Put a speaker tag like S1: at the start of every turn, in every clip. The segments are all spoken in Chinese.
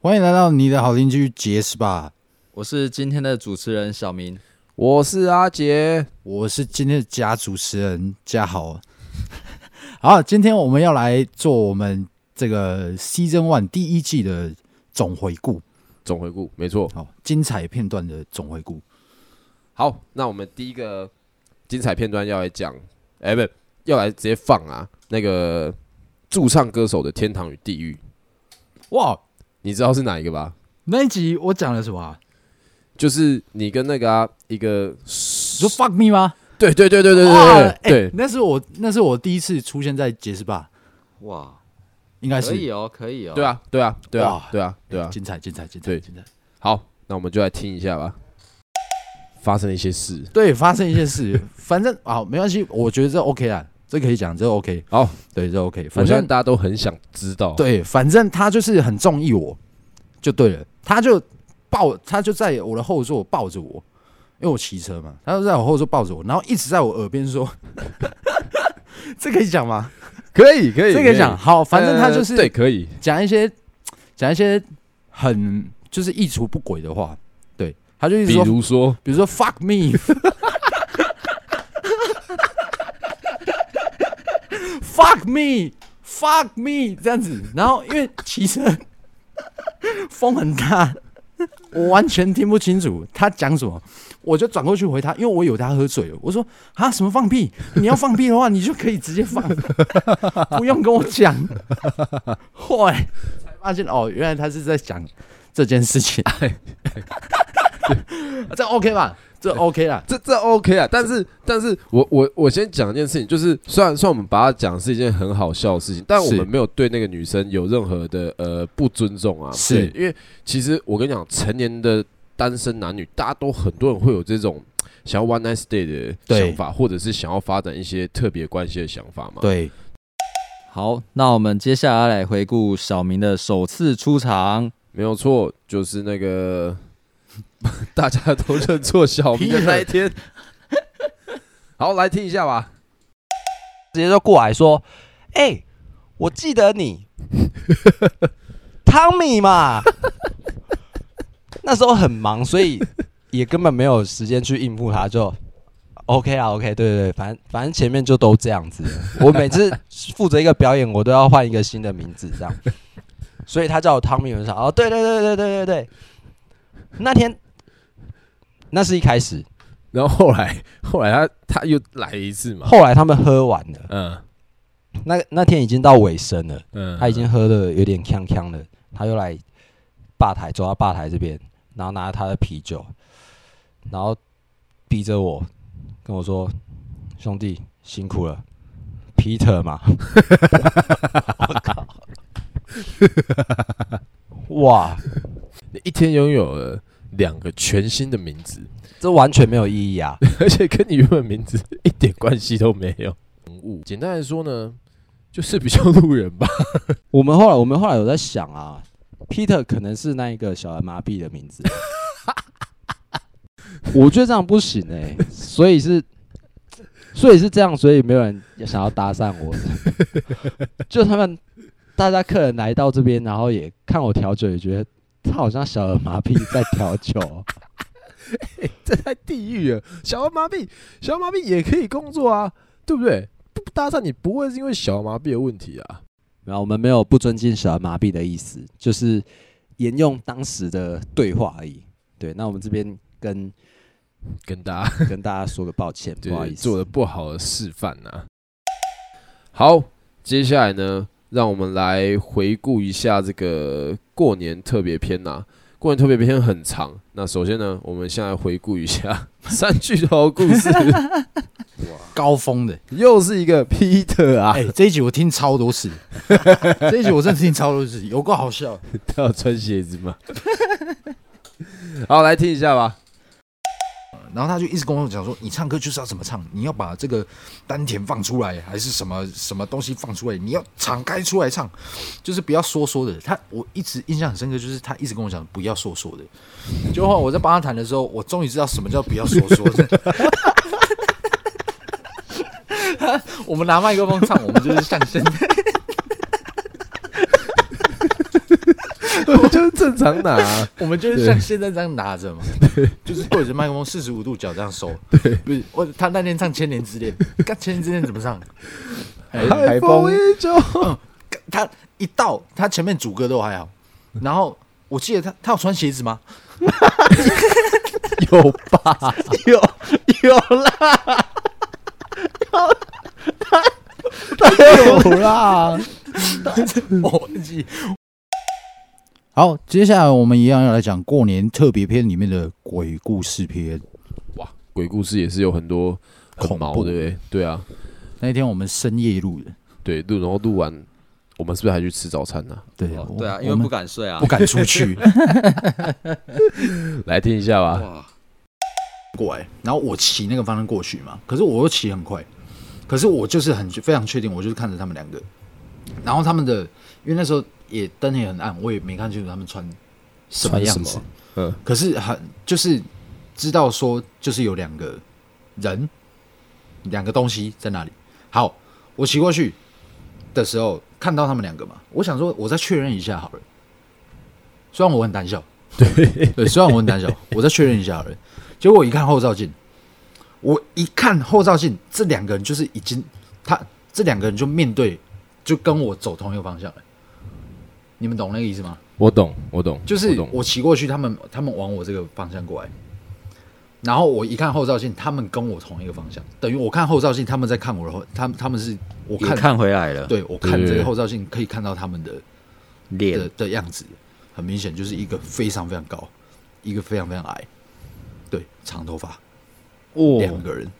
S1: 欢迎来到你的好邻居杰斯吧，
S2: 我是今天的主持人小明。
S3: 我是阿杰，
S1: 我是今天的假主持人嘉豪。 好，今天我们要来做我们这个 Season One 第一季的总回顾，
S3: 总回顾没错。
S1: 好，精彩片段的总回顾。
S3: 好，那我们第一个精彩片段要来讲，哎、不，要来直接放啊，那个驻唱歌手的天堂与地狱，
S1: 哇，
S3: 你知道是哪一个吧？
S1: 那一集我讲了什么、啊？
S3: 就是你跟那个、啊、一个，
S1: 你说 fuck me 吗？
S3: 对对对对对
S1: 哇
S3: 对
S1: 哎
S3: 对对，
S1: 那是我那是我第一次出现在杰斯吧，
S2: 哇，
S1: 应该是
S2: 可以哦，可以哦。
S3: 对，啊对啊对啊
S1: 哇
S3: 对啊对啊。
S1: 精彩精彩精彩
S3: 对
S1: 精彩。
S3: 好，那我们就来听一下吧。发生了一些事，
S1: 对，发生一些事，反正好没关系，我觉得这 OK 啦，这可以讲，这 OK。
S3: 好，
S1: 对，这 OK。
S3: 我
S1: 反
S3: 相
S1: 正
S3: 信大家都很想知道。，
S1: 对，反正他就是很中意我，就对了。他就抱，他就在我的后座抱着我，因为我骑车嘛，他就在我后座抱着我，然后一直在我耳边说：“ 这可以讲吗？
S3: 可以可以，
S1: 这可以讲。”好，反正他就
S3: 呃
S1: 是
S3: 对，可以。
S1: 讲一些讲一些很就是意图不轨的话。对，他就一直
S3: 比
S1: 说，
S3: 如说，
S1: 比如说 fuck me。fuck me fuck me 这样子，然后因为骑车风很大，我完全听不清楚他讲什么，我就转过去回他，因为我以为他喝醉了，我说啊什么放屁？你要放屁的话，你就可以直接放，不用跟我讲。后来才发现哦，原来他是在讲这件事情，这 OK 吧？这 OK 啦，
S3: 这这 OK 啊，但是但是我我我先讲一件事情，就是虽然虽然我们把它讲是一件很好笑的事情，但我
S1: 是
S3: 们没有对那个女生有任何的呃不尊重啊，
S1: 是
S3: 对因为其实我跟你讲，成年的单身男女，大家都很多人会有这种想要 one night stay 的
S1: 对
S3: 想法，或者是想要发展一些特别关系的想法嘛，
S1: 对，
S2: 好，那我们接下来来回顾小明的首次出场。
S3: 没有错，就是那个 大家都认错小明的那一天。好，来听一下吧。
S4: 直接就过来说：“哎、我记得你，汤米嘛。” 那时候很忙，所以也根本没有时间去应付他，就 OK 啦，OK，对对对，反正反正前面就都这样子。我每次负责一个表演，我都要换一个新的名字，这样。所以他叫我汤米，我就想，哦，对对对对对对对，那天那是一开始，
S3: 然后后来后来他他又来一次嘛，
S4: 后来他们喝完了，
S3: 嗯
S4: 那那天已经到尾声了。
S3: 嗯，
S4: 他已经喝的有点呛呛了，他又来吧台，走到吧台这边，然后拿他的啤酒，然后逼着我跟我说：“兄弟，辛苦了，Peter 嘛。” 我靠！ 哇，
S3: 你一天拥有了两个全新的名字，
S4: 这完全没有意义啊！
S3: 而且跟你原本名字一点关系都没有。人物简单来说呢，就是比较路人吧。
S4: 我们后来，我们后来有在想啊，Peter 可能是那一个小儿麻痹的名字，我觉得这样不行哎、所以是，所以是这样，所以没有人想要搭讪我，就他们大家客人来到这边，然后也看我调酒，也觉得他好像小儿麻痹在调酒，
S3: 这太地狱了！小儿麻痹，小儿麻痹也可以工作啊，对不对？不搭讪你不会是因为小儿麻痹的问题啊？
S4: 然后我们没有不尊敬小儿麻痹的意思，就是沿用当时的对话而已。对，那我们这边跟
S3: 跟大家
S4: 跟大家说个抱歉，不好
S3: 对
S4: 意思，
S3: 做的不好的示范呐、好，接下来呢，让我们来回顾一下这个过年特别篇呐、过年特别篇很长，那首先呢，我们先来回顾一 下三巨头故事，
S1: 高峰的。
S3: 又是一个 Peter 啊，
S1: 哎、这一集我听超多次， 这一集我真的听超多次，有够好笑。
S3: 他要穿鞋子吗？好，来听一下吧。
S1: 了，然后他就一直跟我讲说，你唱歌就是要怎么唱，你要把这个丹田放出来，还是什么什么东西放出来，你要敞开出来唱，就是不要说说的。他我一直印象很深刻，就是他一直跟我讲不要说说的。结果后来我在帮他弹的时候，我终于知道什么叫不要说说 的。我们拿麦克风唱，我们就是相声。
S3: 我就是正常啊拿、
S1: 我们就是像现在这样拿着嘛，就是对着麦克风四十五度角这样收。对，不是我他那天唱《千年之恋》，干《千年之恋》怎么唱？哎
S3: 海风依旧。
S1: 干他一到他前面主歌都还好，然后我记得他他有穿鞋子 吗？
S2: 有吧？有有啦，有啦。
S1: 我忘记。
S5: 好，接下来我们一样要来讲过年特别篇里面的鬼故事篇。
S3: 鬼故事也是有很多很
S5: 恐
S3: 毛，
S5: 怖
S3: 对不对？对啊，
S5: 那一天我们深夜录的，
S3: 对录，然后录完，我们是不是还去吃早餐呢、
S5: 对
S2: 哦
S5: 我
S2: 对啊，因
S5: 我
S2: 为
S5: 们
S2: 不敢睡啊
S1: 不。敢出去。
S3: 来听一下吧。
S2: 哇，
S1: 过来，然后我骑那个方向过去嘛，可是我又骑很快，可是我就是很非常确定，我就是看着他们两个，然后他们的因为那时候也灯也很暗，我也没看清楚他们穿什么
S5: 穿
S1: 样
S5: 什
S1: 子
S5: 么，
S3: 嗯，
S1: 可是很就是知道说就是有两个人，两个东西在那里。好，我骑过去的时候看到他们两个嘛，我想说我再确认一下好了，虽然我很胆小，对对，虽然我很胆小，我再确认一下好了。结果我一看后照镜，我一看后照镜，这两个人就是已经，他这两个人就面对，就跟我走同一个方向了。你们懂那个意思吗？
S3: 我懂，我懂，
S1: 就是
S3: 懂。
S1: 我骑过去，他们他们往我这个方向过来，然后我一看后照镜，他们跟我同一个方向，等于我看后照镜，他们在看我的后，他们他们是我
S2: 也
S1: 看，
S2: 看回来了，
S1: 对我看这
S3: 对
S1: 个后照镜可以看到他们的的
S2: 脸
S1: 的样子，很明显就是一个非常非常高，一个非常非常矮，对，长头发，两
S2: 哦。
S1: 个人。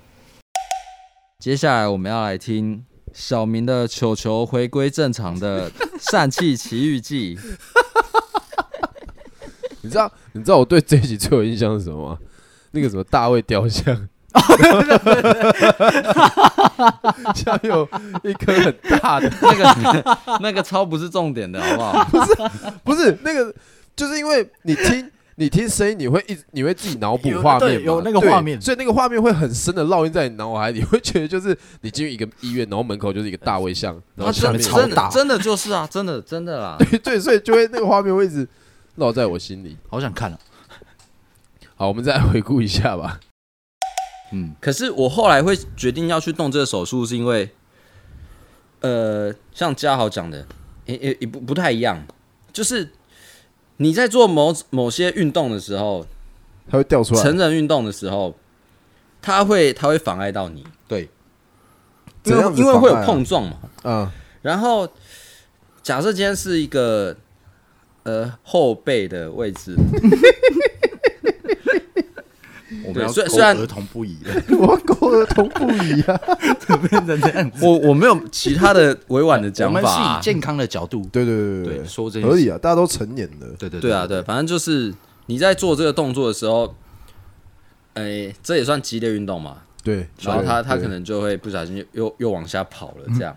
S2: 接下来我们要来听小明的球球回归正常 的疝气奇遇记。
S3: 你知道，你知道我对这一集最有印象是什么吗？那个什么大卫雕像，下面有一颗很大的，
S2: 那个那个超不是重点的，好不好？
S3: 不是那个，就是因为你听。你听声音，你会一直，你会自己脑补画面嘛
S5: 对有那个
S3: 对
S5: 画面
S3: 所以那个画面会很深的烙印在你脑海里，会觉得就是你进入一个医院，然后门口就是一个大卫像，然
S2: 他
S3: 后下
S2: 真的
S3: 面
S2: 真
S3: 有一个
S2: 的真的就是啊，真的真的啦。
S3: 对 对，所以就会那个画面会一直烙在我心里。
S1: 好想看啊！
S3: 好，我们再来回顾一下吧。
S5: 嗯，
S2: 可是我后来会决定要去动这个手术，是因为，呃，像嘉豪讲的，也也也不不太一样，就是你在做某某些运动的时候，
S3: 它会掉出来，
S2: 成人运动的时候，它会它会妨碍到你，对，因
S3: 怎
S2: 为
S3: 样子
S2: 因为会有
S3: 妨碍啊
S2: 碰撞嘛。
S3: 嗯，
S2: 然后假设今天是一个呃后背的位 置，
S1: 我
S2: 对
S1: 们要
S2: 虽
S1: 虽
S2: 虽然
S1: 儿童不 宜的，
S3: 我跟儿童不一样。
S1: 变成这样子。
S2: 我我没有其他的委婉的
S1: 我
S2: 讲
S1: 们
S2: 法
S1: 是
S2: 啊、
S1: 以健康的角度，
S3: 对对
S1: 对说这件事
S3: 可以啊，大家都成年了。
S1: 对对
S2: 对啊，对，反正就是你在做这个动作的时候，哎、这也算激烈运动嘛。
S3: 对，
S2: 然后他他
S3: 对
S2: 可能就会不小心又又往下跑了，这样。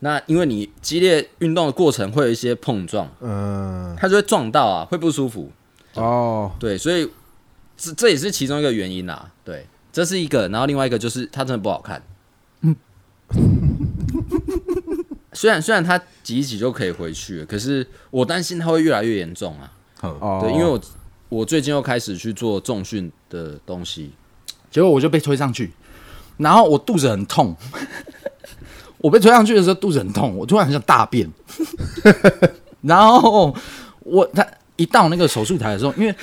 S2: 那因为你激烈运动的过程会有一些碰撞，
S3: 嗯
S2: 他就会撞到啊，会不舒服。
S3: 哦，
S2: 对，所以这这也是其中一个原因啦、对，这是一个，然后另外一个就是它真的不好看。嗯 虽然虽然它挤一挤就可以回去了，可是我担心它会越来越严重啊。
S3: 哦
S2: 对，因为我我最近又开始去做重训的东西，
S1: 结果我就被推上去，然后我肚子很痛。 我被推上去的时候肚子很痛，我突然很想大便。 然后我他一到那个手术台的时候，因为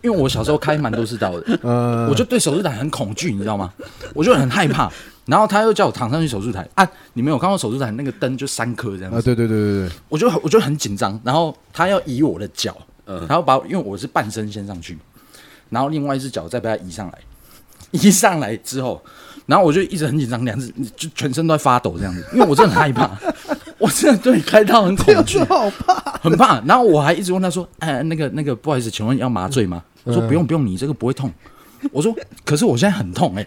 S1: 因为我小时候开蛮多次刀的，
S3: 嗯
S1: 我就对手术台很恐惧，你知道吗？我就很害怕。然后他又叫我躺上去手术台啊！你们有看过手术台那个灯就三颗这样
S3: 啊，
S1: 子，
S3: 对对对对对，
S1: 我就很我就很紧张。然后他要移我的脚，
S2: 嗯
S1: 他要把我因为我是半身先上去，然后另外一只脚再被他移上来， 移上来之后，然后我就一直很紧张，两只就全身都在发抖这样子，因为我真的很害怕， 我真的对开刀很恐惧，
S3: 好怕。
S1: 很怕。
S3: 嗯
S1: 然后我还一直问他说：“哎，那个那个，不好意思，请问要麻醉吗？”我说：“不用不用，你这个不会痛。”我说，可是我现在很痛哎、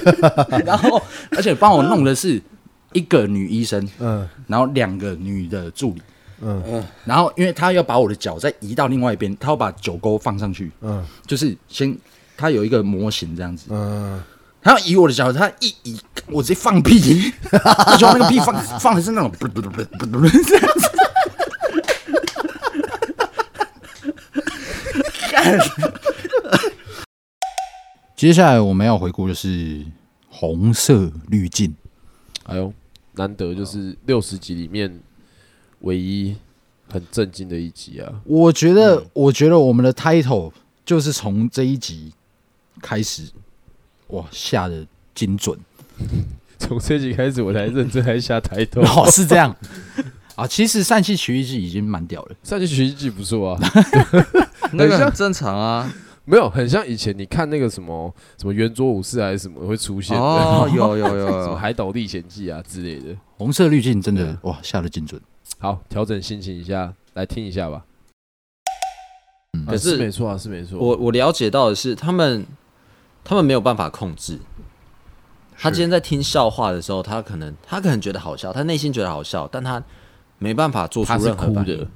S1: 然后而且帮我弄的是一个女医生，
S3: 嗯
S1: 然后两个女的助理，
S3: 嗯
S1: 然后因为她要把我的脚再移到另外一边，她要把酒钩放上去，
S3: 嗯
S1: 就是先她有一个模型这样子，
S3: 嗯，
S1: 她要移我的脚，她一移我直接放屁，我觉得那个屁放放的是那种不不不不不不这样子。接下来我们要回顾就是红色滤镜，
S3: 哎呦，难得就是六十集里面唯一很震惊的一集啊！
S1: 我觉得，我觉得我们的 title 就是从这一集开始，哇，下的精准，
S3: 从这集开始，我才认真来下抬 头。
S1: 哦，是这样啊。其实疝气取一季已经蛮屌了，
S3: 上期学习记不错啊，
S2: 那个很正常啊。
S3: 没有很像以前你看那个什么什么圆桌武士还是什么会出现 的，
S2: 哦，有有有
S3: 什么
S2: 有，
S3: 海岛历险记啊之类的。
S1: 红色滤镜真的
S3: 嗯
S1: 哇，下的精准。
S3: 好，调整心情一下，来听一下吧。
S1: 嗯
S3: 可
S2: 可
S3: 是
S2: 是
S3: 没错啊，是没错。
S2: 我我了解到的是，他们他们没有办法控制。他今天在听笑话的时候，他可能他可能觉得好笑，他内心觉得好笑，但他没办法做出
S1: 他是
S2: 任何
S1: 哭
S2: 反
S1: 的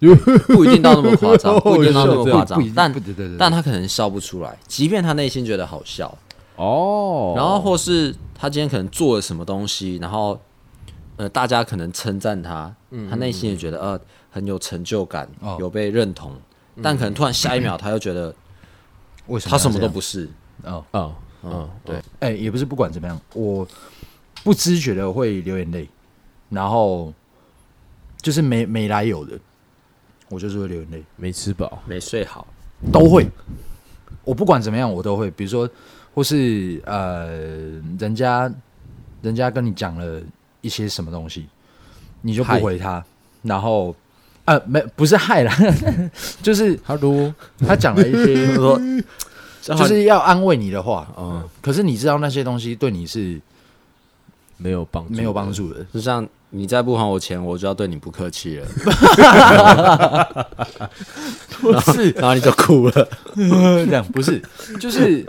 S2: 应， 不一定到那么夸张，不一定到那么夸
S1: 啊不一定，
S2: 张但
S1: 不对对对，
S2: 但他可能笑不出来，即便他内心觉得好笑，
S3: 哦，
S2: 然后或是他今天可能做了什么东西，然后呃大家可能称赞他，他内心也觉得呃很有成就感，
S1: 哦
S2: 有被认同，但可能突然下一秒他又觉得
S1: 为什么
S2: 他什么都
S1: 要
S2: 不是，
S1: 这样哦？
S3: 嗯嗯，对，
S1: 哎、也不是不管怎么样，我不知觉的会流眼泪，然后就是没没来由的，我就是会流眼泪。
S3: 没吃饱，
S2: 没睡好，
S1: 都会，我不管怎么样我都会，比如说或是呃，人家人家跟你讲了一些什么东西，你就不
S3: 嗨
S1: 回他，然后呃没不是害啦， 就是
S3: 哈喽，
S1: 他讲了一 些 就
S2: 就是
S1: 是要安慰你的话，
S3: 嗯，
S1: 可是你知道那些东西对你是
S3: 没有帮助，
S1: 没有帮。助 的，
S2: 就像你再不还我钱，我就要对你不客气 了，
S1: 不是
S2: 然后你就哭了。
S1: 这样不是，就是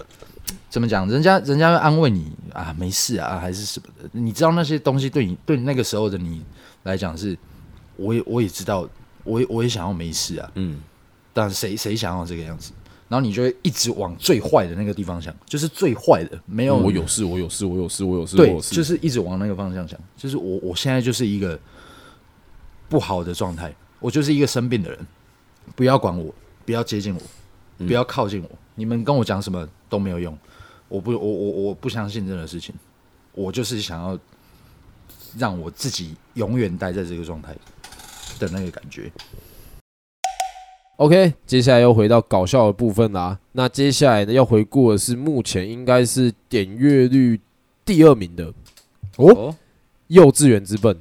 S1: 怎么讲？人家人家会安慰你啊，没事啊，还是什么的。你知道那些东西对你对那个时候的你来讲是，我也我也知道，我也我也想要没事啊，
S2: 嗯，
S1: 但谁谁想要这个样子？然后你就会一直往最坏的那个地方想，就是最坏的，没有
S3: 嗯我有事，我有事，我有事，我有事，我
S1: 对，
S3: 有事，
S1: 就是一直往那个方向想，就是我我现在就是一个不好的状态，我就是一个生病的人，不要管我，不要接近我，不要
S3: 嗯
S1: 靠近我，你们跟我讲什么都没有用，我不我我我不相信这种事情，我就是想要让我自己永远待在这个状态的那个感觉。
S3: OK，接下来又回到搞笑的部分啦。那接下来呢，要回顾的是目前应该是点阅率第二名的《
S2: 哦，
S3: 幼稚园之笨》，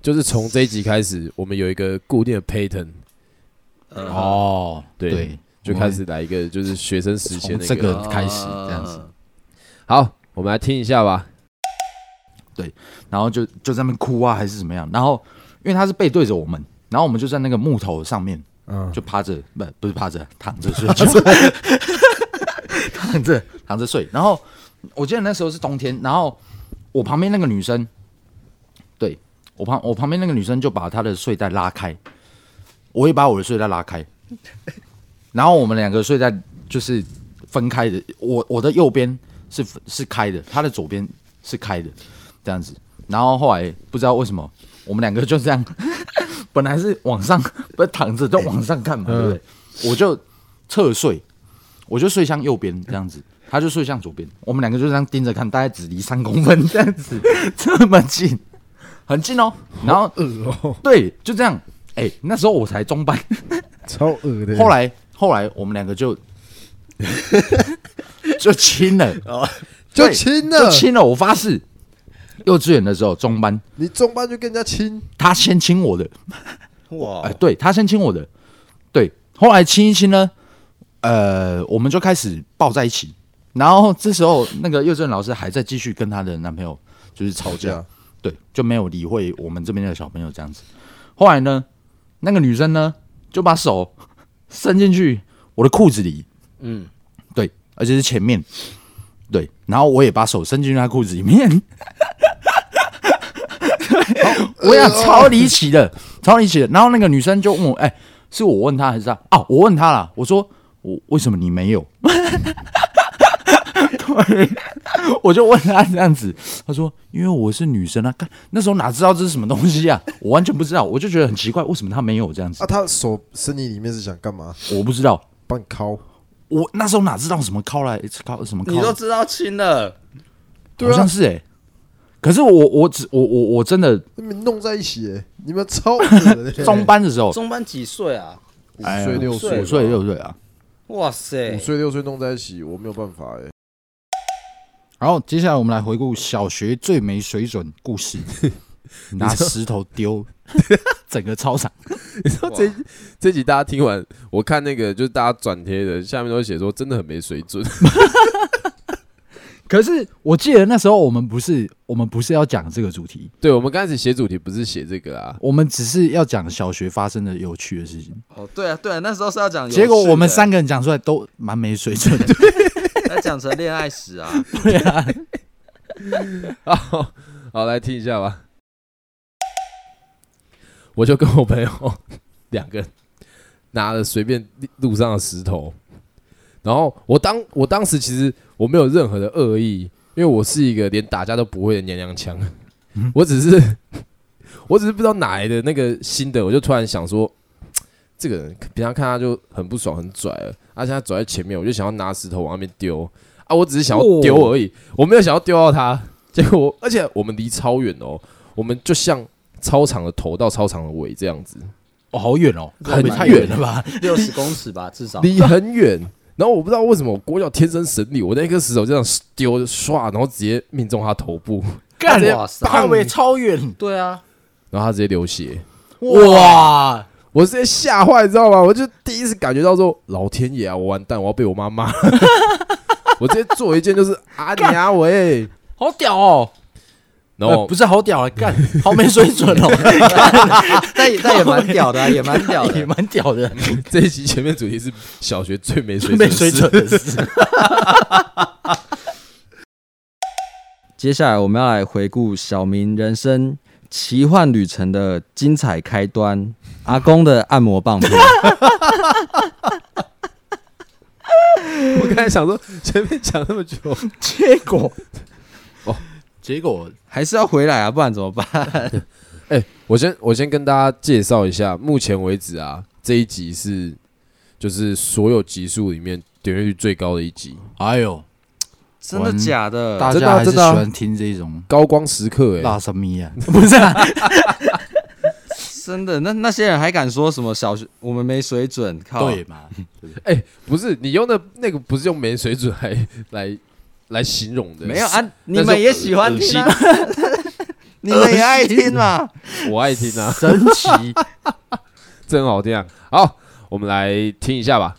S3: 就是从这一集开始，我们有一个固定的 pattern，
S2: 呃，
S3: 嗯
S1: 哦，
S3: 对，
S1: 对，
S3: 就开始来一个就是学生时期
S1: 从
S3: 的那
S1: 这
S3: 个。
S1: 个开始这样子，
S3: 好，我们来听一下吧。
S1: 然后就就在那边哭啊，还是怎么样？然后因为他是背对着我们，然后我们就在那个木头上面，
S3: 嗯，
S1: 就趴着，不不是趴着，躺着睡觉，躺着躺着睡。然后我记得那时候是冬天，然后我旁边那个女生，对我旁我旁边那个女生就把她的睡袋拉开，我也把我的睡袋拉开， 然后我们两个睡袋就是分开的，我我的右边是是开的，她的左边是开的，这样子。然后后来不知道为什么，我们两个就这样， 本来是往上不是躺着就往上看嘛，对不对？我就侧睡，我就睡向右边这样子，他就睡向左边，我们两个就这样盯着看，大概只离三公分这样子， 这么近，很近哦。然后对，就这样。哎、那时候我才中班，
S3: 超恶 的
S1: 后来后来我们两个就就亲了，
S3: 就
S1: 对
S3: 亲
S1: 就
S3: 了，
S1: 亲了。我发誓，幼稚园的时候中班，
S3: 你中班就跟人家亲，
S1: 他先亲我的，哎、
S3: 哦
S2: 哇，
S1: 对他先亲我的，对，后来亲一亲呢，呃，我们就开始抱在一起，然后这时候那个幼稚园老师还在继续跟她的男朋友就是吵
S3: 吵
S1: 架
S3: 架，
S1: 对，就没有理会我们这边的小朋友这样子。后来呢，那个女生呢就把手伸进去我的裤子里，
S2: 嗯，
S1: 对，而且是前面，对，然后我也把手伸进他裤子里面，对，我
S6: 呃
S1: 想
S6: 哦
S1: 超离奇的，超离奇的。然后那个女生就问我，哎、是我问她还是她啊？我问她啦，我说我为什么你没有？ 对，我就问她这样子，她说因为我是女生啊，看那时候哪知道这是什么东西啊，我完全不知道，我就觉得很奇怪，为什么她没有这样子
S6: 啊，？他手伸你里面是想干嘛？
S1: 我不知道，
S6: 帮你敲？
S1: 我那时候哪知道什么靠来靠什么靠来，
S2: 你都知道亲了，
S6: 对
S1: 好像
S6: 啊，
S1: 是哎、可是我我只我我我真的
S6: 你们弄在一起耶，你们超恶的嘞
S1: 中班的时候，
S2: 中班几岁啊？
S6: 五
S1: 哎呀
S6: 岁六
S2: 吧
S6: 岁
S1: 五岁六岁啊。
S2: 哇
S6: 五
S2: 塞，
S6: 岁六岁弄在一起，我没有办法哎。
S7: 然后接下来我们来回顾小学最没水准故 事，
S1: 拿石头 丢整个操场，
S3: 你知道这这集大家听完，我看那个就是大家转贴的，下面都会写说真的很没水准。
S1: 可是我记得那时候我们不是我们不是要讲这个主题，
S3: 对我们刚开始写主题不是写这个啊，
S1: 我们只是要讲小学发生的有趣的事情。
S2: 哦，对啊，对啊，那时候是要讲有
S1: 结果
S2: 趣的
S1: 我们三个人讲出来都蛮没水准的，
S2: 要讲成恋爱史 啊，
S1: 对啊。
S3: 好，好来听一下吧。我就跟我朋友两个人拿了随便路上的石头，然后我当我当时其实我没有任何的恶意，因为我是一个连打架都不会的娘娘腔，我只是 我只是不知道哪来的那个新的，我就突然想说，嗯这个人平常看他就很不爽很拽了，而且他走在前面，我就想要拿石头往那边丢啊，我只是想要丢而已，我没有想要丢到他，结果而且我们离超远哦，我们就像操场的头到操场的尾这样子，
S1: 哦，好远 哦，
S3: 很
S1: 太
S3: 远
S1: 了吧？
S2: 六十公尺吧，至
S1: 啊
S2: 少。
S3: 离很远。然后我不知道为什么我国脚天生神力，我那一颗石头这样丢唰，然后直接命中他头部，
S1: 干
S2: 哇塞
S1: 大伟超远，
S2: 对啊，
S3: 然后他直接流血，
S1: 哇！
S3: 我直接吓坏，你知道吗？我就第一次感觉到说，老天爷啊，我完蛋，我要被我妈 骂。我直接做一件就是啊你啊喂，
S1: 好屌哦！
S3: 然后
S1: 呃不是好屌了， 干，好 没水准哦，
S2: 但 也但也蛮屌的啊，也蛮屌
S1: 也
S2: 的。
S1: 蛮屌的，
S3: 这一集前面主题是小学最没水准，
S1: 没水准。的事。
S2: 接下来我们要来回顾小明人生奇幻旅程的精彩开 端，阿公的按摩棒片。
S3: 我刚才想说前面讲那么久，
S1: 结果，
S3: 哦，
S1: 结果
S2: 还是要回来啊，不然怎么办？
S3: 哎、我先我先跟大家介绍一下，目前为止啊，这一集是就是所有集数里面点阅率最高的一集，
S1: 哎呦，
S2: 真的假的？
S1: 大
S3: 真的啊
S1: 家还是
S3: 真
S1: 喜
S3: 的啊
S1: 欢听这种
S3: 高光时刻哎、
S1: 辣什么 呀？不是 啊，
S2: 真的？那那些人还敢说什么小学我们没水准？靠！
S1: 对，嘛？
S3: 哎不是你用的那个不是用没水准来来来形容的，
S2: 没有
S3: 是
S2: 啊，你们也喜欢听啊， 你们也爱听嘛？
S3: 我爱听啊，
S1: 神奇，
S3: 真好听啊。好，我们来听一下吧。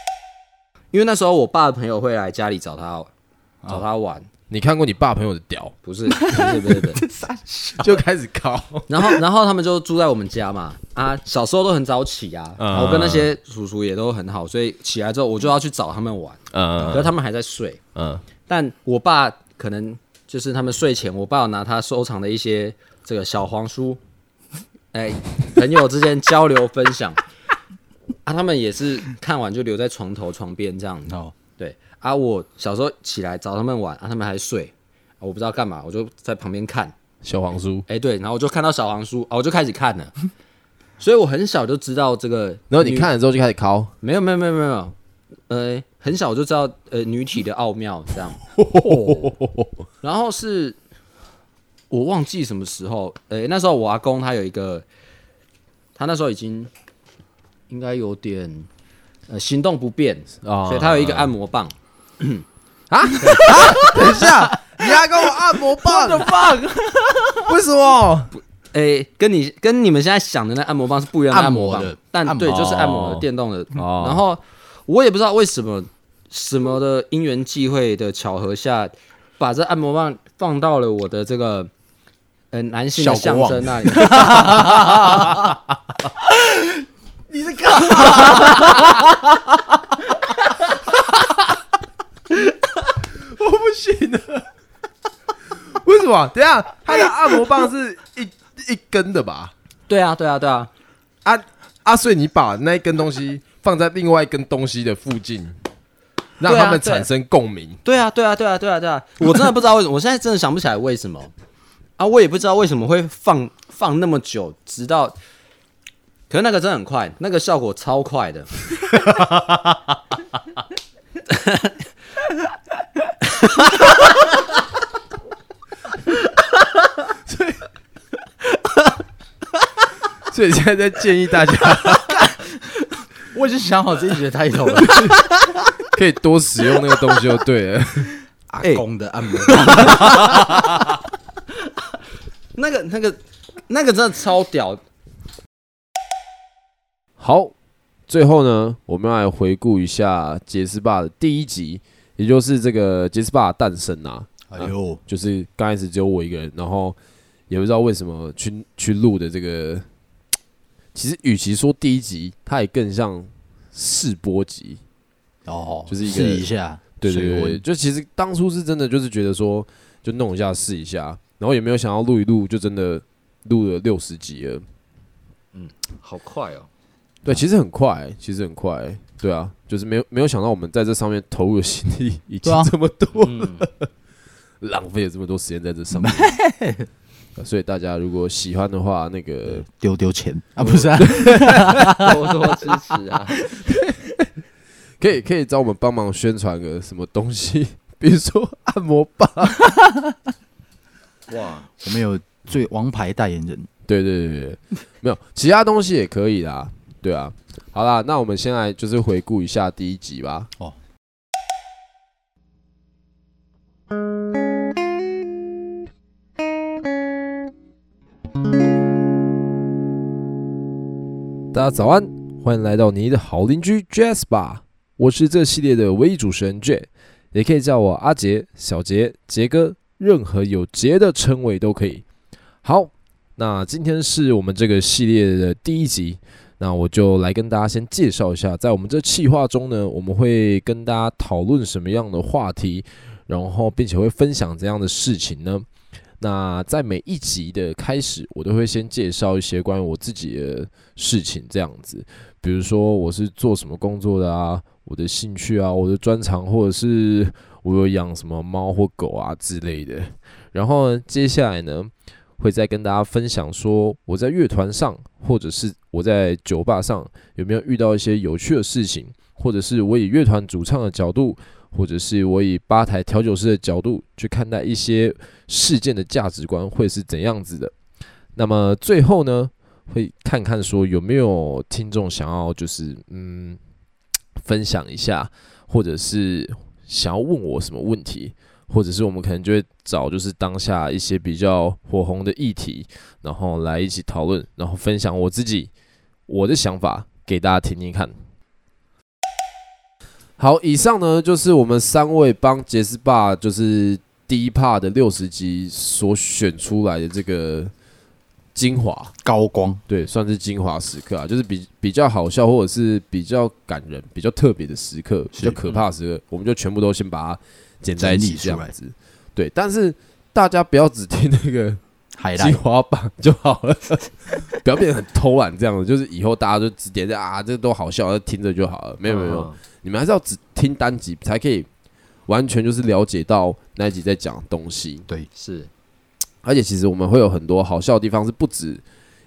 S2: 因为那时候我爸的朋友会来家里找他找他玩，
S3: 你看过你爸朋友的屌，
S2: 不是不是不是不是。
S3: 就开始高，
S2: 然后 然后他们就住在我们家嘛啊，小时候都很早起啊，
S3: 嗯
S2: 然后我跟那些叔叔也都很好，所以起来之后我就要去找他们玩，可是
S3: 嗯
S2: 他们还在睡。
S3: 嗯，
S2: 但我爸可能就是他们睡前，我爸有拿他收藏的一些这个小黄书， 哎，朋友之间交流分享。 啊，他们也是看完就留在床头床边这样子。
S1: 哦，
S2: 对啊，我小时候起来找他们玩，啊，他们还睡，啊我不知道干嘛，我就在旁边看。
S3: 小黄书，
S2: 哎，对，然后我就看到小黄书，啊，我就开始看了。所以我很小就知道这个女，
S3: 然后你看了之后就开始高，
S2: 没有没有没有没有，呃，很小就知道呃女体的奥妙 这样。然后是我忘记什么时候，呃，那时候我阿公他有一个，他那时候已经应该有点呃行动不便，
S3: 啊
S2: 所以他有一个按摩棒。
S1: 啊
S3: 等一下，你还跟我按摩棒？ 为什么？
S2: 诶，呃跟你跟你们现在想的那按摩棒是不一样的
S1: 按
S2: 按
S1: 摩
S2: 摩棒，
S1: 的
S2: 但
S1: 按摩
S2: 对，就是按摩
S3: 哦
S2: 的电动的。
S3: 哦
S2: 然后我也不知道为什么什么的因缘际会的巧合下，把这按摩棒放到了我的这个呃男性的
S1: 小
S2: 象
S1: 国王
S2: 征那里。
S3: 行的。
S8: 啊为什么？等一下，他的按摩棒是一一根的吧？
S2: 对啊，对啊，对啊，
S8: 啊啊，所以你把那一根东西放在另外一根东西的附近，让
S2: 对啊
S8: 他们
S2: 对
S8: 产生共鸣。
S2: 对啊，对啊，对啊，对啊，对啊！我真的不知道为什么，我现在真的想不起来为什么啊！我也不知道为什么会放放那么久，直到，可是那个真的很快，那个效果超快的。
S8: 所以现在在建议大家
S5: 我已经想好这一集的 title 了，
S3: 可以多使用那个东西就对了。
S1: 阿
S2: 哎
S1: 公的按摩，
S2: 那个、那个、那个真的超屌！
S3: 好，最后呢，我们要来回顾一下杰斯霸的第一集，也就是这个杰斯霸的诞生啊。
S1: 哎呦，
S3: 就是刚开始只有我一个人，然后也不知道为什么去去录的这个，其实与其说第一集，它也更像试播集，
S1: 哦，
S3: 就是一个
S1: 试一下，
S3: 对对
S1: 水
S3: 对
S1: 温
S3: 对，就其实当初是真的就是觉得说，就弄一下试一下，然后也没有想要录一录，就真的录了六十集了。
S2: 好快哦！
S3: 对，其实很快、其实很快、对啊，就是没有没有想到我们在这上面投入的心力已
S5: 对
S3: 经
S5: 啊
S3: 这么多，
S2: 嗯，
S3: 浪费了这么多时间在这上面。呃所以大家如果喜欢的话，那个
S1: 丢丢钱
S3: 哦
S1: 啊，不是 啊，
S2: 多多支持啊！
S3: 可以可以找我们帮忙宣传个什么东西， 比如说按摩棒。
S2: 哇，
S1: 我们有最王牌代言人，
S3: 对对对对，没有其他东西也可以啦。对啊，好啦，那我们先来就是回顾一下第一集吧。
S1: 哦，
S3: 大家早安，欢迎来到你的好邻居 Jazz 吧，我是这系列的唯一主持人 J，也可以叫我阿杰、小杰、杰哥，任何有杰的称谓都可以。好，那今天是我们这个系列的第一集，那我就来跟大家先介绍一下，在我们这企划中呢，我们会跟大家讨论什么样的话题，然后并且会分享怎样的事情呢？那在每一集的开始，我都会先介绍一些关于我自己的事情，这样子，比如说我是做什么工作的啊，我的兴趣啊，我的专长，或者是我有养什么猫或狗啊之类的。然后呢，接下来呢，会再跟大家分享说我在乐团上，或者是我在酒吧上有没有遇到一些有趣的事情，或者是我以乐团主唱的角度，或者是我以吧台调酒师的角度去看待一些事件的价值观会是怎样子的。那么最后呢，会看看说有没有听众想要就是嗯分享一下，或者是想要问我什么问题，或者是我们可能就会找就是当下一些比较火红的议题，然后来一起讨论，然后分享我自己我的想法给大家听听看。好，以上呢就是我们三位帮杰斯霸就是第一 part 的六十集所选出来的这个精华。
S1: 高光，
S3: 对，算是精华时刻啊，就是比比较好笑或者是比较感人、比较特别的时刻、比较可怕的时刻，我们就全部都先把它剪在一起这
S1: 嗯整理出来
S3: 样子。对，但是大家不要只听那 个
S1: 海
S3: 精
S1: 哎来
S3: 华榜就好了， 不要变得很偷懒这样子。就是以后大家就只点在啊，这都好笑，就听着就好了。没有没有
S1: 嗯
S2: 嗯
S3: 没有，你们还是要只听单集才可以完全就是了解到那一集在讲的东西。
S2: 是
S3: 而且其实我们会有很多好笑的地方，是不止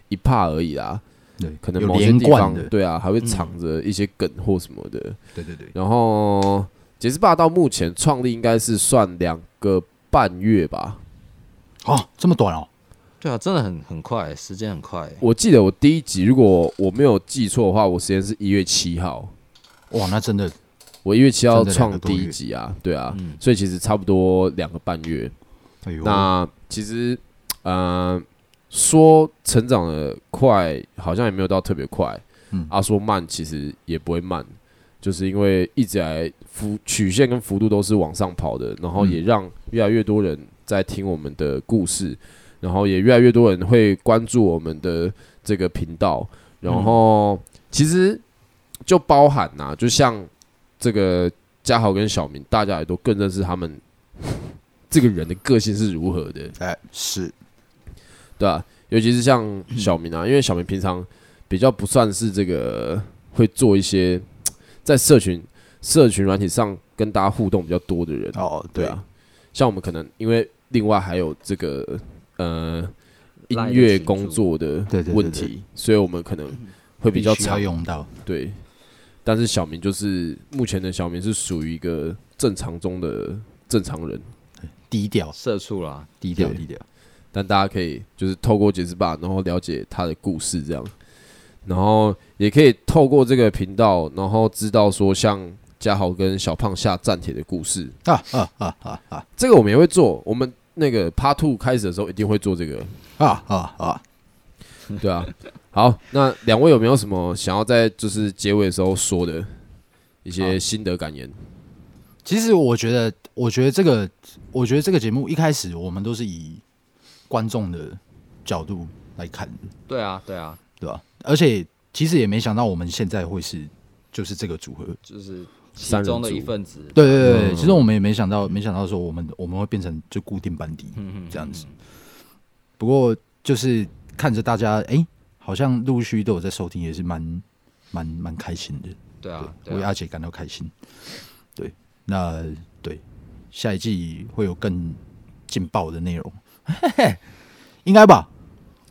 S3: 一帕而已啦。
S1: 对，
S3: 可能
S1: 有
S3: 某些
S1: 连
S3: 地方
S1: 贯的，嗯
S3: 对啊，还会藏着一些梗或什么的。
S1: 对对对，
S3: 然后杰斯霸到目前创立应该是算两个半月吧，
S1: 哦，这么短哦，
S2: 对啊，真的很很快，时间很快。
S3: 我记得我第一集如果我没有记错的话，我时间是一月七号，
S1: 哇，那真的
S3: 我一月七号
S1: 真的两
S3: 创
S1: 个多
S3: 第
S1: 月
S3: 一集啊，对啊，
S2: 嗯
S3: 所以其实差不多两个半月。
S1: 哎呦，
S3: 那其实，呃，说成长的快，好像也没有到特别快。
S1: 嗯
S3: 啊，说慢其实也不会慢，就是因为一直以来幅曲线跟幅度都是往上跑的，然后
S1: 嗯
S3: 也让越来越多人在听我们的故事，然后也越来越多人会关注我们的这个频道，然后其实就包含呐、就像这个嘉豪跟小明，大家也都更认识他们这个人的个性是如何的，
S1: 哎，是
S3: 对吧、尤其是像小明啊，因为小明平常比较不算是这个会做一些在社群社群软体上跟大家互动比较多的人，
S1: 哦，
S3: 对
S1: 对
S3: 啊，像我们可能因为另外还有这个呃音
S8: Line 的
S3: 乐
S8: 群
S3: 工
S8: 组
S3: 作的
S1: 对对对
S3: 问
S1: 对
S3: 题，所以我们可能会比较
S1: 必须要
S3: 常
S1: 用到，
S3: 对，但是小明就是目前的小明是属于一个正常中的正常人，
S1: 低调，
S2: 社畜啦，
S1: 低调，
S3: 对
S1: 低调。
S3: 但大家可以就是透过杰斯霸，然后了解他的故事这样，然后也可以透过这个频道，然后知道说像嘉豪跟小胖下站铁的故事
S1: 啊啊啊啊啊
S3: 这个我们也会做，我们那个 Part Two 开始的时候一定会做这个，
S1: 啊啊啊！
S3: 对啊。好，那两位有没有什么想要在就是结尾的时候说的一些心得感言？
S1: 其实我觉得，我觉得这个，我觉得这个节目一开始我们都是以观众的角度来看的，
S2: 对啊，对啊，
S1: 对吧？而且其实也没想到我们现在会是就是这个组合，
S2: 就是其
S3: 三人
S2: 中的
S3: 组
S2: 一份子。
S1: 对对对对，其实我们也没想到，没想到说我们我们会变成就固定班底这样子。不过就是看着大家，哎、好像陆续都有在收听，也是蛮蛮蛮开心的。
S2: 对啊，对
S1: 为
S2: 啊，
S1: 阿姐感到开心。对，那对下一季会有更劲爆的内容， 应该吧？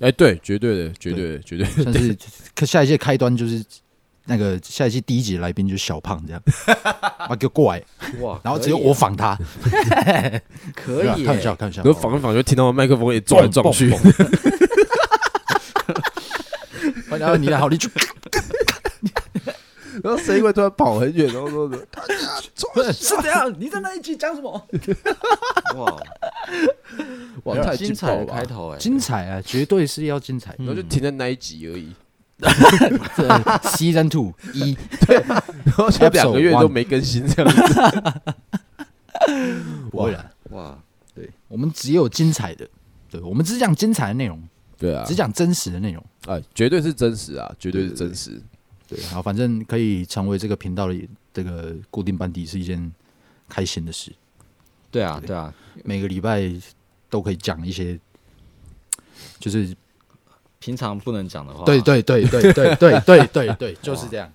S3: 哎、对，绝对的，绝对的，绝对的。
S1: 像是可下一季开端就是那个下一季第一集来宾就是小胖这样， 啊给我过来，
S2: 哇，
S1: 然后
S2: 可
S1: 只有
S2: 以
S1: 我仿他，
S2: 可
S1: 对吧
S2: 以耶，
S1: 看玩笑，看玩笑，
S3: 然后仿一仿就听到麦克风也撞来撞去，
S1: 然后你好，你去，
S9: 然后谁会突然跑很远，然后说
S5: 是怎样？你在那一集讲什么？
S2: 哇，哇，太精彩的开头 哎，
S1: 精彩啊，绝对是要精彩。
S3: 然后就停在那一集而已，
S1: 这 Season Two 一，
S3: 然后就两个月
S1: Episode one
S3: 都没更新这样子。
S1: 不会了，
S2: 哇，
S1: 我们只有精彩的，对，我们只讲精彩的内容，
S3: 对啊
S1: 只，讲真实的内容。
S3: 哎，绝对是真实啊，绝对是真实。
S1: 对，好，反正可以成为这个频道的这个固定班底是一件开心的事。
S2: 对啊，对啊，
S1: 每个礼拜都可以讲一些，就是啊
S2: 平常不能讲的话，
S1: 对，对对对对 对对对对，就是这样。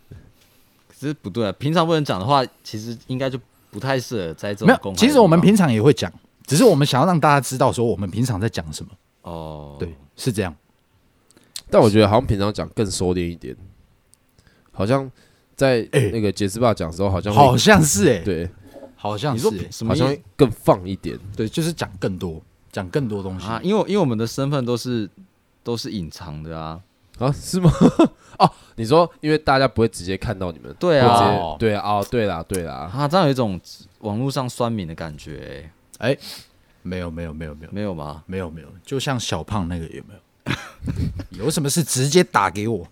S2: 可是不对啊，平常不能讲的话，其实应该就不太适合在这
S1: 没
S2: 种
S1: 有，
S2: 公开的地方。
S1: 其实我们平常也会讲，只是我们想要让大家知道说我们平常在讲什么。
S2: 哦，
S1: 对，是这样。
S3: 但我觉得好像平常讲更收敛一点，好像在
S1: 哎
S3: 那个杰斯爸讲的时候，好像会
S1: 好像是哎、
S3: 对，
S1: 好像
S2: 你
S1: 是、
S2: 说
S1: 欸，
S2: 什
S3: 好
S2: 么意
S3: 像
S2: 思
S3: 会更放一点。
S1: 对，就是讲更多，讲更多东西。
S2: 啊？因为因为我们的身份都是都是隐藏的啊，
S3: 啊，是吗？ 哦，你说，因为大家不会直接看到你们，
S2: 对
S3: 会直
S2: 啊，
S3: 接对啊，哦，对啦，对啦，
S2: 啊，这样有一种网络上酸民的感觉欸，
S1: 没有没有没有没有
S2: 没有吗？
S1: 没有没有，就像小胖那个有没 有？有什么事直接打给我。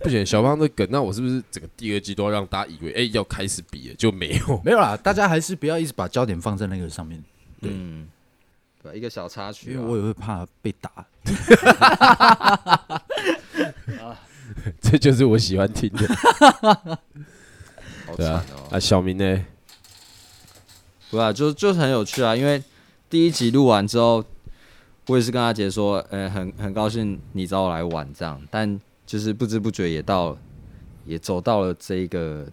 S3: 不行，小胖的梗，那我是不是整个第二季都要让大家以为，哎，要开始比了，就没有？
S1: 没有啦，大家还是不要一直把焦点放在那个上面，
S2: 嗯，对，一个小插
S1: 因为
S2: 曲啊，
S1: 我也会怕被打。
S3: 这就是我喜欢听的。
S2: 好
S3: 对
S2: 惨
S3: 啊
S2: 哦，。
S3: 啊，小明呢？
S2: 不啊，就就是很有趣啊，因为第一集录完之后，我也是跟阿杰说，呃，很很高兴你找我来玩这样，但就是不知不觉也到也走到了这一个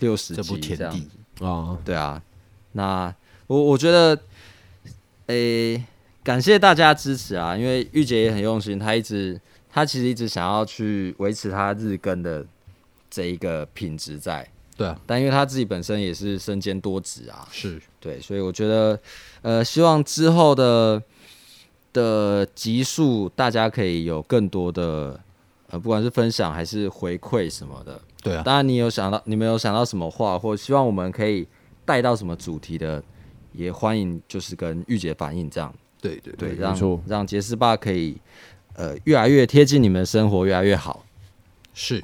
S2: 六十
S1: 这步
S2: 集
S1: 田
S2: 这样
S1: 地，
S3: 啊，
S5: 哦
S2: 对啊，那我我觉得，诶、感谢大家支持啊，因为玉姐也很用心，她一直她其实一直想要去维持她日更的这一个品质在，
S1: 对啊，
S2: 但因为她自己本身也是身兼多职啊，
S1: 是
S2: 对，所以我觉得，呃，希望之后的的集数，大家可以有更多的，呃，不管是分享还是回馈什么的。
S1: 对啊，
S2: 当然，你有想到，你们有想到什么话，或希望我们可以带到什么主题的，也欢迎就是跟玉姐反映这样。
S1: 对对对，
S2: 对，
S3: 没错
S2: 让让杰斯爸可以，呃，越来越贴近你们的生活，越来越好。
S1: 是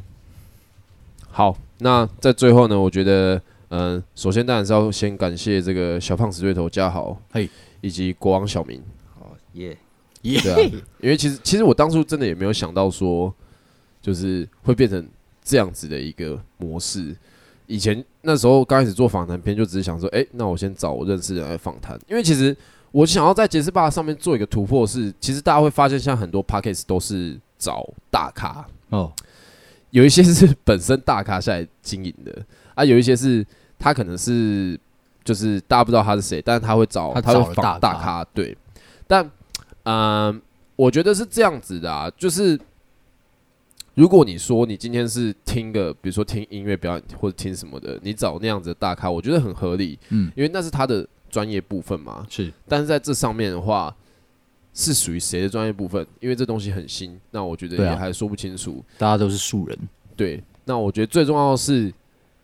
S3: 好，那在最后呢，我觉得，嗯、首先当然是要先感谢这个小胖死对头嘉豪，
S1: 嘿，
S3: 以及国王小明，
S2: 好，耶、
S1: 耶
S3: 对啊，因为其实其实我当初真的也没有想到说，就是会变成这样子的一个模式，以前那时候刚开始做访谈片，就只是想说，哎、那我先找我认识的人来访谈，因为其实我想要在杰斯霸上面做一个突破是，其实大家会发现，现在很多 p a c k a g e 都是找大咖，
S1: 哦，
S3: 有一些是本身大咖下来经营的啊，有一些是他可能是就是大家不知道他是谁，但是他会找
S1: 他
S3: 会
S1: 找了
S3: 访
S1: 大
S3: 大
S1: 咖
S3: 咖，对。但嗯、呃我觉得是这样子的啊，就是如果你说你今天是听个，比如说听音乐表演或者听什么的，你找那样子的大咖，我觉得很合理，
S1: 嗯，
S3: 因为那是他的专业部分 嘛。
S1: 是
S3: 但是在这上面的话，是属于谁的专业部分？因为这东西很新，那我觉得
S1: 对
S3: 也
S1: 啊
S3: 还说不清楚。
S1: 大家都是素人，
S3: 对，那我觉得最重要的是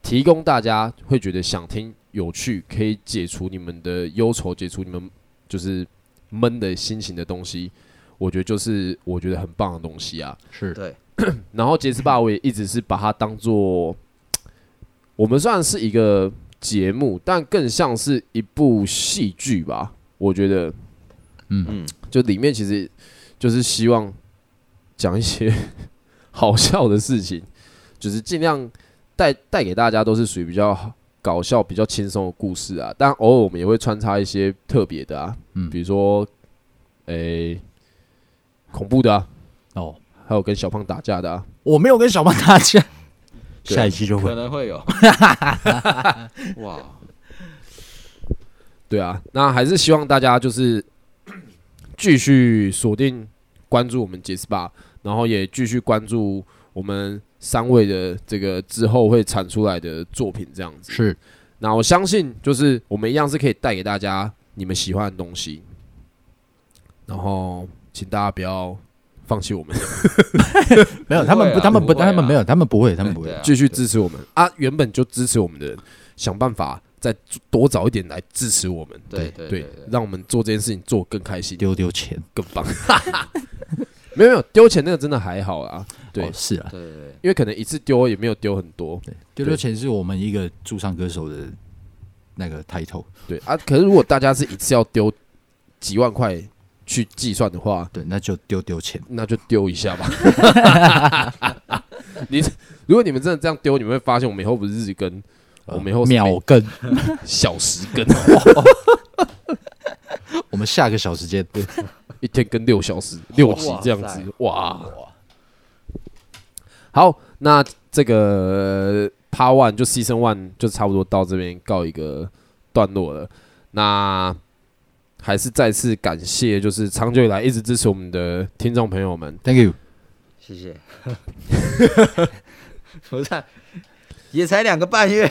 S3: 提供大家会觉得想听、有趣，可以解除你们的忧愁，解除你们就是闷的心情的东西。我觉得就是我觉得很棒的东西啊。
S1: 是
S2: 对，
S3: 然后杰斯霸我也一直是把它当做我们虽然是一个节目，但更像是一部戏剧吧。我觉得，
S1: 嗯
S2: 嗯，
S3: 就里面其实就是希望讲一些 好笑的事情，就是尽量带带给大家都是属于比较搞笑、比较轻松的故事啊。但偶尔我们也会穿插一些特别的啊，
S1: 嗯
S3: 比如说，诶、恐怖的、啊，
S1: 哦，
S3: 还有跟小胖打架的啊。
S5: 我没有跟小胖打架，
S3: 对
S5: 下一期就
S2: 可
S5: 会。
S2: 能会 有。哇，
S3: 对啊，那还是希望大家就是 继续锁定关注我们杰斯霸，然后也继续关注我们三位的这个之后会产出来的作品这样子。
S1: 是
S3: 那我相信就是我们一样是可以带给大家你们喜欢的东西，然后请大家不要放弃我们，
S5: 没有，
S2: 不
S5: 他们
S2: 会
S5: 不，
S2: 啊
S5: 他们
S2: 不
S5: 不，
S2: 会啊
S5: 他们没有，他们不会，他们不
S2: 对
S5: 会。
S2: 啊，
S3: 继续支持我们啊！原本就支持我们的人，想办法再多找一点来支持我们，
S2: 对对
S3: 对
S2: 对，
S3: 让我们做这件事情做更开心。
S5: 丢丢钱，
S3: 更棒。 没有没有丢钱那个真的还好啦，对
S5: 哦，是啊，
S2: 对对对，
S3: 因为可能一次丢也没有丢很多，
S5: 丢丢钱是我们一个驻唱歌手的那个 title。
S3: 对啊。可是如果大家是一次要丢几万块去计算的话，
S5: 对，那就丢丢钱。
S3: 那就丢一下吧。 你如果你们真的这样丢，你们会发现我们以后不是日更，
S1: 啊
S3: 我们以后是
S5: 呃秒
S3: 每
S5: 更，
S3: 小时更，
S5: 我们下个小时见。对，
S3: 一天更六小时六集这样
S2: 哇
S3: 子
S2: 塞，
S3: 哇！好，那这个呃 Part One 就 Season One 就差不多到这边告一个段落了。那还是再次感谢，就是长久以来一直支持我们的听众朋友们。
S5: Thank you。
S2: 谢谢。 我在也才两个半月，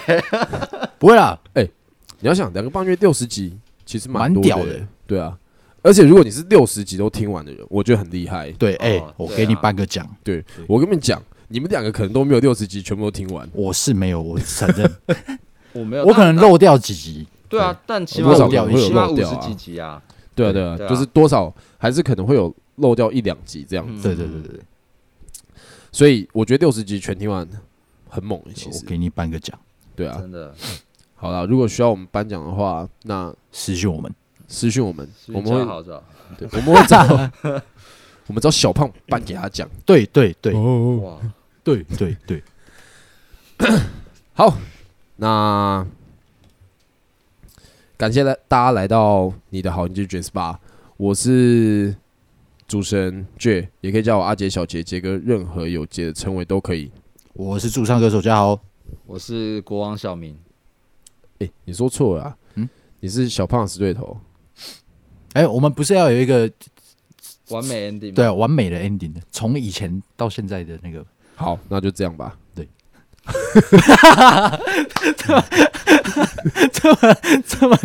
S5: 不会啦，
S3: 你要想，两个半月六十集，其实蛮
S5: 蛮
S3: 多
S5: 屌
S3: 的
S5: 的，
S3: 对啊。而且如果你是六十集都听完的人，我觉得很厉害。
S5: 对，哎、
S2: 哦
S5: 我
S2: 对
S5: 给你
S2: 啊
S5: 颁个奖。
S3: 对我跟你们讲，你们两个可能都没有六十集全部都听完，
S5: 我是没有，我承认，
S2: 我没有，
S5: 我可能漏掉几集。
S2: 对啊，但起码
S3: 多少
S2: 五
S3: 可能会有
S2: 起码
S3: 漏
S2: 五
S3: 掉
S2: 十
S3: 啊
S2: 几集啊，
S3: 对啊，对啊，
S2: 对啊
S3: 就是多少还是可能会有漏掉一两集这样
S1: 嗯
S3: 子。
S5: 对对对对对，
S3: 所以我觉得六十集全听完很猛，其
S5: 我
S3: 实
S5: 给你颁个奖，
S3: 对啊。
S2: 真的，
S3: 好啦，如果需要我们颁奖的话，那
S5: 私讯我们。
S3: 私讯我们，
S2: 所以
S3: 我们
S2: 叫
S3: 会
S2: 好找
S3: 对，我们会找 我们找小胖颁给他奖。
S5: 对对对
S3: 哦嗯
S2: 哇，
S5: 对对对，
S3: 好，那感谢来大家来到你的好邻居 j a s p a 我是主持人 J，也可以叫我阿杰、小杰、杰哥，任何有杰的称谓都可以。
S5: 我是驻唱歌手嘉豪，
S2: 我是国王小明，
S3: 哎、你说错了、啊，
S5: 嗯
S3: 你是小胖的死对头，
S5: 哎、我们不是要有一个
S2: 完美 ending，
S5: 对啊完美的 ending 的，从以前到现在的那个，
S3: 好，那就这样吧。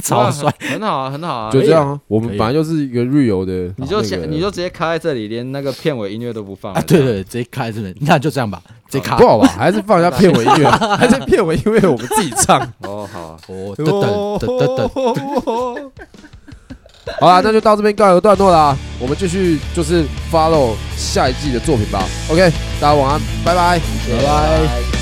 S5: 草率，
S2: 很好啊，很好啊，
S3: 就这样啊，我
S5: 可
S3: 们
S5: 以
S3: 本来就是一个 real 的，
S2: 你就
S3: 那
S2: 先
S3: 个
S2: 你就直接卡在这里，连那个片尾音乐都不放
S5: 啊，
S2: 了。
S5: 对对，对直接开这边，那就这样吧，直接卡
S3: 不。好吧？还是放一下片尾音乐，还是片尾音乐我们自己唱。
S2: 哦，好啊，
S5: 哦，等等等等等，
S3: 好啦，那就到这边告一个段落啦，我们继续就是 follow 下一季的作品吧。OK，大家晚安，拜拜，拜拜。
S2: 拜拜。